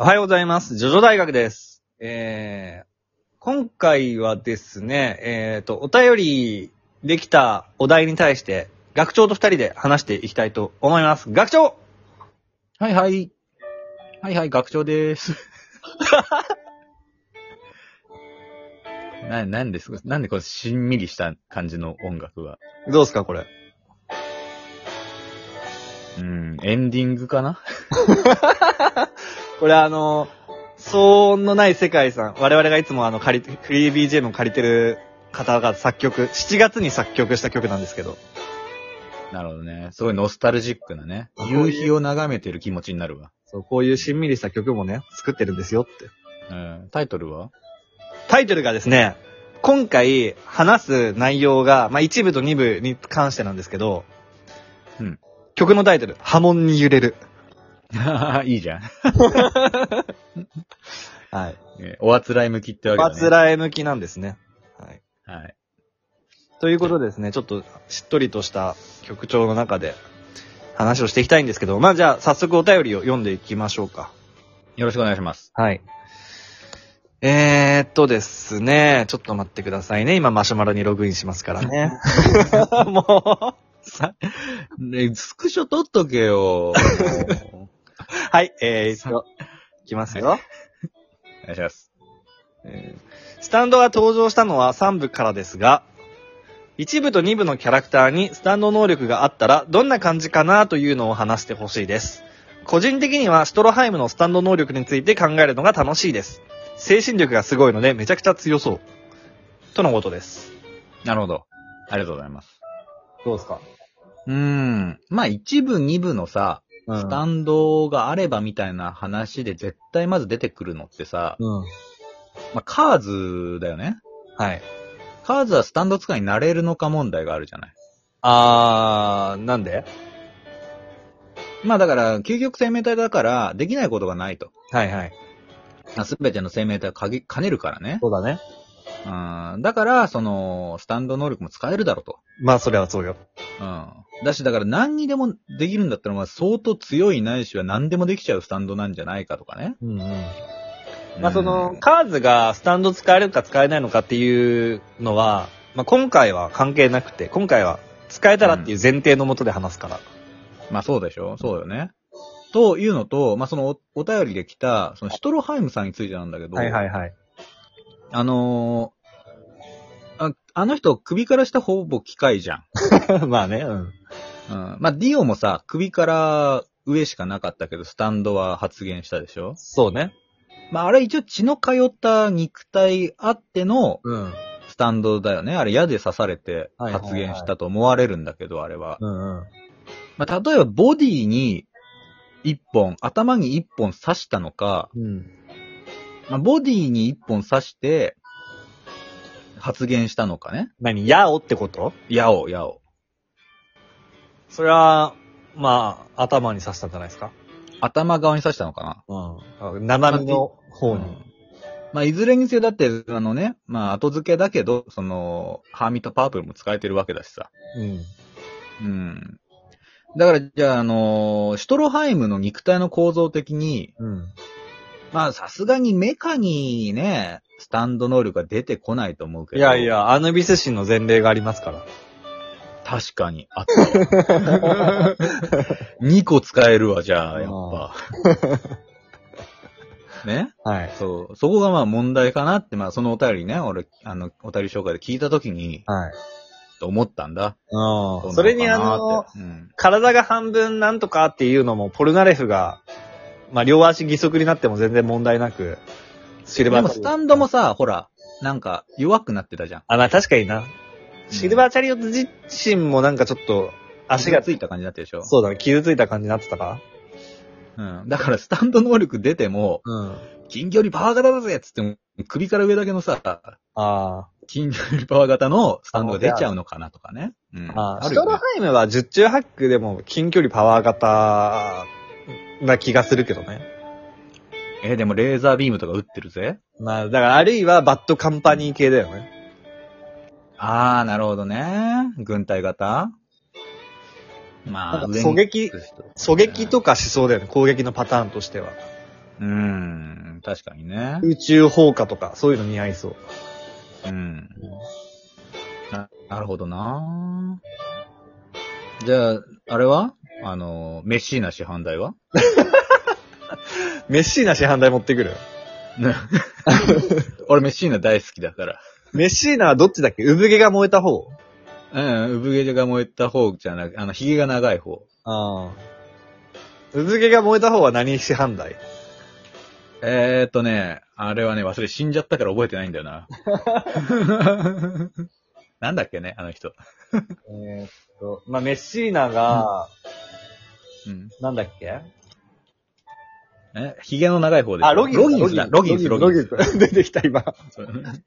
おはようございます。ジョジョ大学です。えー、今回はですね、えーと、お便りできたお題に対して、学長と二人で話していきたいと思います。学長はいはい。はいはい、学長 です。な、なんですかなんでこう、しんみりした感じの音楽は。どうですか、これ。うん、エンディングかなこれあの、騒音のない世界さん、我々がいつもあの、借りて、フリー BGM を借りてる方が作曲、7月に作曲した曲なんですけど、なるほどね。すごいノスタルジックなねこ。ういう夕日を眺めてる気持ちになるわ。そうこういうしんみりした曲もね、作ってるんですよって。うん、タイトルは タイトルがですね、今回話す内容が、まあ、一部と二部に関してなんですけど、うん曲のタイトル、波紋に揺れる。いいじゃん。はい。えおあつらい向きってわけバだね。ツラえ向きなんですね。はい。はい。ということでですね、ちょっとしっとりとした曲調の中で話をしていきたいんですけど、まあ、じゃあ早速お便りを読んでいきましょうか。よろしくお願いします。はい。えー、っとですね、ちょっと待ってくださいね。今マシュマロにログインしますから ね。もう。さ、ね、スクショ撮っとけ よ。もうはい、えー、と、いきますよ。お願いします。えースタンドが登場したのは3部からですが、1部と2部のキャラクターにスタンド能力があったらどんな感じかなというのを話してほしいです。個人的にはシュトロハイムのスタンド能力について考えるのが楽しいです。精神力がすごいのでめちゃくちゃ強そう。とのことです。なるほど。ありがとうございます。どうですか、うーん。まあ、一部、二部のさ、うん、スタンドがあればみたいな話で絶対まず出てくるのってさ、うん。まあ、カーズだよね。はい。カーズはスタンド使いになれるのか問題があるじゃない。あー、なんでまあだから、究極生命体だから、できないことがないと。はいはい。すべての生命体をかぎ兼ねるからね。そうだね。うん。だから、その、スタンド能力も使えるだろうと。まあそれはそうよ。うん。だし、だから何にでもできるんだったら、まあ相当強いないしは何でもできちゃうスタンドなんじゃないかとかね。うんうん。まあ、そうんの、カーズがスタンド使えるか使えないのかっていうのは、まあ、今回は関係なくて、今回は使えたらっていう前提のもとで話すから。まあそうでしょそうよね。というのと、まあそのおお便りで来た、そのシュトロハイムさんについてなんだけど、いはい。あのーあ、あの人首から下ほぼ機械じゃ ん。まあね、うん。うん、まあディオもさ、首から上しかなかったけど、スタンドは発言したでしょそうね。まああれ一応血の通った肉体あってのうん。スタンドだよね。あれ矢で刺されてはいはいはい発言したと思われるんだけど、あれは。うんうん。まあ例えばボディに一本、頭に一本刺したのか、うん。まあ、ボディに一本刺して、発言したのかね。何、ヤオってことやお、やお。それは、まあ、頭に刺したんじゃないですか。頭側に刺したのかうん。斜めのな。方に。んまあ、いずれにせよ、だって、あのね、まあ、後付けだけど、その、ハーミットパープルも使えてるわけだしさ。うん。うん。だから、じゃあ、あの、シュトロハイムの肉体の構造的に、うん。まあ、さすがにメカにね、スタンド能力が出てこないと思うけいど。やい。や、アヌビス神の前例がありますから。 確かに、あったわ。2個使えるわ、じゃあ、やっぱ。 ねはい。そう。そこがまあ問題かなって、まあそのお便りね、俺、あの、お便り紹介で聞いたときに、はい。と思ったんだ。どうん。うそなれのにかあなのっ、てうん。体が半分なんとかっていうのも、ポルナレフが、まあ、両足義足になっても全然問題なく、シルバーでもスタンドも、さ、ほら、なんか弱くなってたじゃん。あ、まあ確かにな。シルバーチャリオット自身もなんかちょっと、足が傷ついた感じになってるでしょそうだね、傷ついた感じになってたかうん。だからスタンド能力出ても、うん。近距離パワー型だぜっつっても、首から上だけのさ、あ近距離パワー型のスタンドが出ちゃうのかなとかね。うん。ーあー。あシるュトよロねハ。イムは十中八九でも近距離パワー型な気がするけどね。えーでもレーザービームとか撃ってるぜ。まあ、だからあるいはバッドカンパニー系だよね。あー、なるほどね。軍隊型まなあ、んか狙撃上に撃つ人狙撃とかしそうだよね、攻撃のパターンとしては。うん。確かにね。宇宙放火とか、そういうの似合いそう。うん。ななるほどなじゃあ、あれはあの、メッシーナ市販代はメッシーナ市販台持ってくる。ね 俺メッシーナ大好きだから。メッシーナはどっちだっけ産毛が燃えた方うん、産毛が燃えた方じゃなく、あの、髭が長い方。ああ。産毛が燃えた方は何市販台えーっとね、あれはね、忘れ、死んじゃったから覚えてないんだよ な。なんだっけね、あの人。えーっと、まあ、メッシーナが、うん。なんだっけえ、髭の長い方です。あ、ロギンロギンスだ。ロギンス、ロギンス。ロギンス。出てきた、今。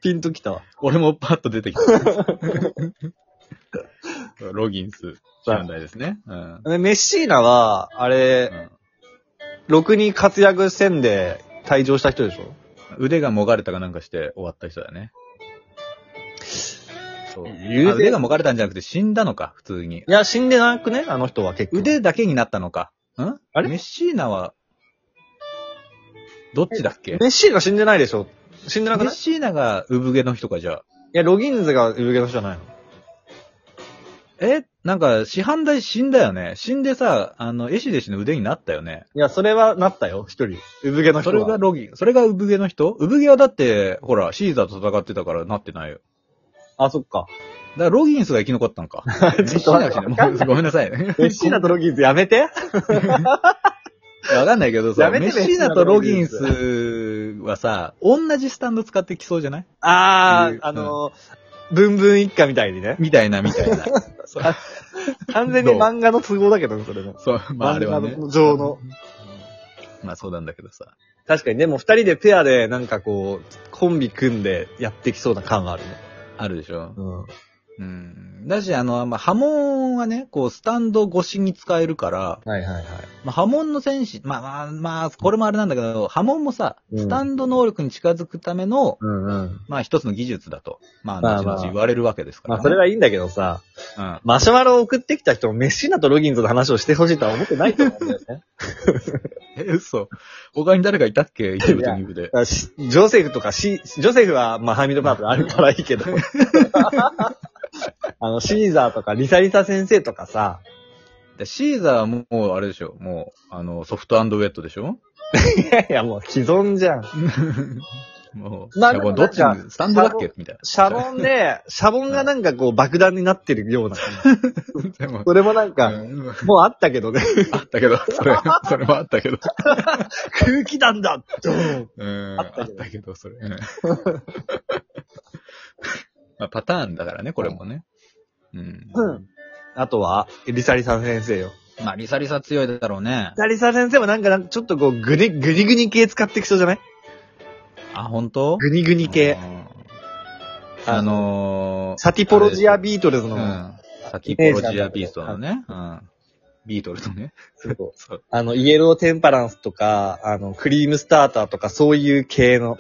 ピンときたわ。俺もパッと出てきた。 ロギンス、問題ですね。うん。でメッシーナは、あれ、うんろくに活躍せんで退場した人でしょ腕がもがれたかなんかして終わった人だね。そう。言うてあ腕がもがれたんじゃなくて死んだのか、普通に。いや、死んでなくねあの人は結構。腕だけになったのか。んあれメッシーナは、どっちだっけメッシーナ死んでないでしょ死んでなくメッないいシーナが産毛の人か、じゃあ。や、ロギンズが産毛の人じゃないのえなんか、市販代死んだよね。死んでさ、あの、エシデシの腕になったよね。いや、それはなったよ、一人。産毛の人そは。れがロギ、それが産毛の人産毛はだって、ほら、シーザーと戦ってたからなってないよ。あ、そっか。だからロギンスが生き残ったのか。 メッシーナが死んだもうごめんなさいね。メッシーナとロギンズやめていやわかんないけどやさ、めてメッシーナとロギンスはさ、同じスタンド使ってきそうじゃないあうーん、あのー、ブンブン一家みたいにね。みたいな、みたい な。そう完全に漫画の都合だけどね、それね。そう、まああれはね漫。画上の。まあそうなんだけどさ。確かに、でも二人でペアで、なんかこう、コンビ組んでやってきそうな感があるね。あるでしょ。うん。うん。だし、あの、まあ、波紋はね、こう、スタンド越しに使えるから、はいはいはい。まあ、波紋の戦士、まあまあ、まあ、これもあれなんだけど、波紋もさ、うんスタンド能力に近づくための、うんうん。まあ一つの技術だと、まあ、まあ後まあ々言われるわけですかまら、あそれはいいんだけどさ、うん。マシュマロを送ってきた人もメッシーナとロギンズの話をしてほしいとは思ってないと思うんだよね。え、嘘。他に誰かいたっけ一部と二部で。あしジョセフとかシ、ジョセフは、まあ、ハミドパートあるからいいけ ど。あの、シーザーとか、リサリサ先生とかさ、でシーザーはもう、あれでしょ。もう、あの、ソフトウェットで しょいやいや、もう既存じゃん。もう、まあいやでももうどっちなんに、スタンドだっけみたいな。シャボンで、シャボンがなんかこう爆弾になってるような感じ。でも、それもなんか、うんもうあったけどね。あっ たけど、それ、それもあったけど。空気弾だドーンうん、ああったけどったけど、それ。うん まあ、パターンだからね、これもね。うん。うんあとは、リサリサ先生よ。まあ、リサリサ強いだろうねリ。サリサ先生もなんかなんかちょっとこう、グニ、グニグニ系使ってきそうじゃないあ、本当グニグニ系。うんあ、のー、サティポロジアビートルズうの、ん。先ポロジアビーストのね。うん。ビートルズのね。そうそう。あの、イエローテンパランスとか、あの、クリームスターターとか、そういう系の。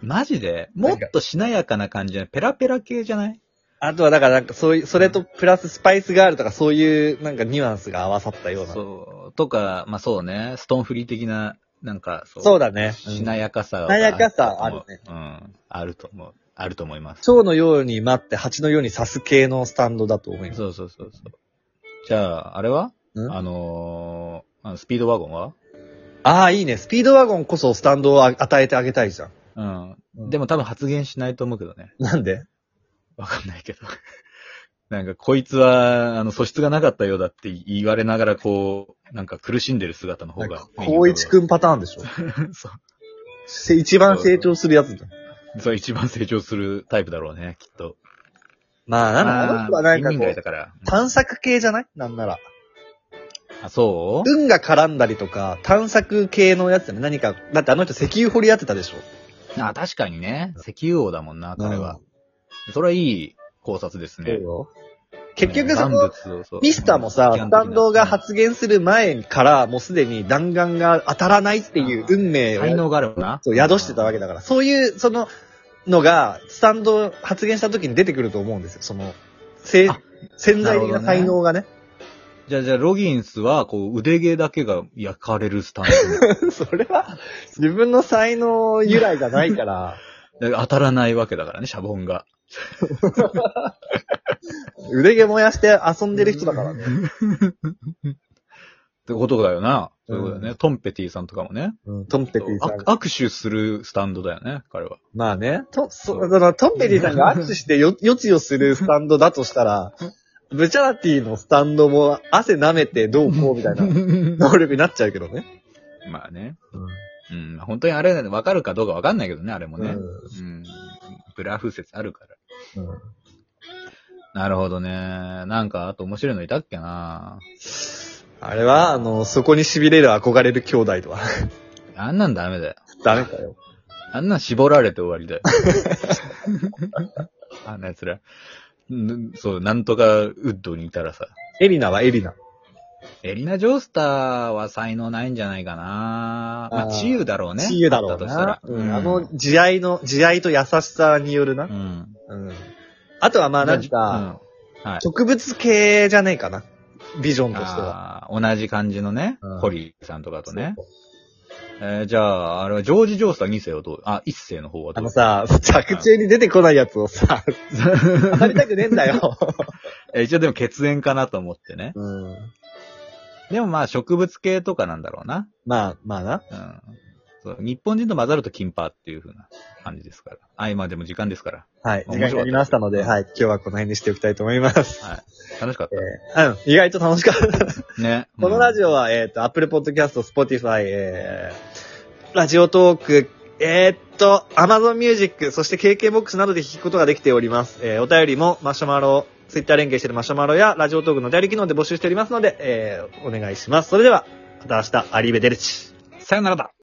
マジでもっとしなやかな感じじゃないペラペラ系じゃないあとは、だからなんか、そういう、それとプラススパイスガールとか、そういう、なんかニュアンスが合わさったような。そうそう。とか、まあそうね。ストーンフリー的な、なんか、そう。だね。しない。やかさがしなやかさあるねと思う。うん。あると思う。あると思います。蝶のように待って、蜂のように刺す系のスタンドだと思います。そうそうそうそう。じゃあ、あれはんあのーあの、スピードワゴンはああ、いいね。スピードワゴンこそスタンドをあ与えてあげたいじゃん。ううんん。でも多分発言しないと思うけどね。なんでわかんないけど。 なんか、こいつは、あの、素質がなかったようだって言われながら、こう、なんか苦しんでる姿の方が。光一くんパターンでしょ。ん。そせ一番成長するやつじゃん。う。そう、一番成長するタイプだろうね、きっと。まあ、なんだ、あの人はなんか人こ間外うだ、から。探索系じゃないなんなら。あ、そう運が絡んだりとか、探索系のやつだね。何か、だってあの人石油掘りやってたでしょ。あ、確かにね。石油王だもんな、彼はう。それはいい考察ですね。結局そ万の、物をそうミスターもさ、スタンドが発言する前から、もうすでに弾丸が当たらないっていう運命才を能があるもんな。そう宿してたわけだから、そういう、その、のが、スタンド発言した時に出てくると思うんですよ。その、せあ潜在的なるほどなね才能がね。 じゃあ、じゃあ、ロギンスは、こう、腕毛だけが焼かれるスタン ドそれは、自分の才能由来じゃないから、。だから当たらないわけだからね、シャボンが。 腕毛燃やして遊んでる人だ からね。ってことだよな。そういうことだよね。うトンペティさんとかもね。うん、トンペティさん。あ握手するスタンドだよね、彼は。まあね。と、そ、だからトンペティさんが握手してよ、よちよするスタンドだとしたら、ブチャラティのスタンドも汗舐めてどうこうみたい な能力になっちゃうけどね。 まあね。うんうん、まあ本当にあれ、わかるかどうかわかんないけどね、あれもね。うん。ブラフ説あるから。うんなるほどね。なんか、あと面白いのいたっけなあれは、あの、そこに痺れる憧れる兄弟とは。 あんなんダメだよ。ダメかよ。あんなん絞られて終わ りだよ。あんな奴ら。んそう、なんとかウッドにいたらさ。エリナはエリナ。エリナ・ジョースターは才能ないんじゃないかなまあーあ、治癒だろうね。自由だろあうったとしたなら。。うん。あの、慈愛の、慈愛と優しさによるなう。ん。うん。あとはまあなんか、うん、はい。植物系じゃねえかな。ビジョンとしては。あー同じ感じのねうん、ホリーさんとかとね。えーじゃあ、あれはジョージ・ジョースター2世はどうあ、1世の方はあどうのさ、着中に出てこないやつを さ、当たりたくねえんだよ。えー一応でも血縁かなと思ってね。うん。でもまあ植物系とかなんだろうな。まあ、まあな。うん。そう日本人と混ざるとキンパっていう風な感じですから。あ、今でも時間ですから。はい。時面白かった間になりましたので、はい。今日はこの辺にしておきたいと思います。楽しかっえーうん。意外と楽しかった。た。ね。このラジオ。オは、えっ、と、Apple Podcast、Spotify、えー、ラジオトーク、えーっと、Amazon Music、そして KKBOX などで聞くことができております。えーお便りもマシュマロ、Twitter 連携してるマシュマロやラジオトークのお便り機能で募集しておりますので、えーお願いします。それでは、また明日、アリーベデルチ。さよならだ。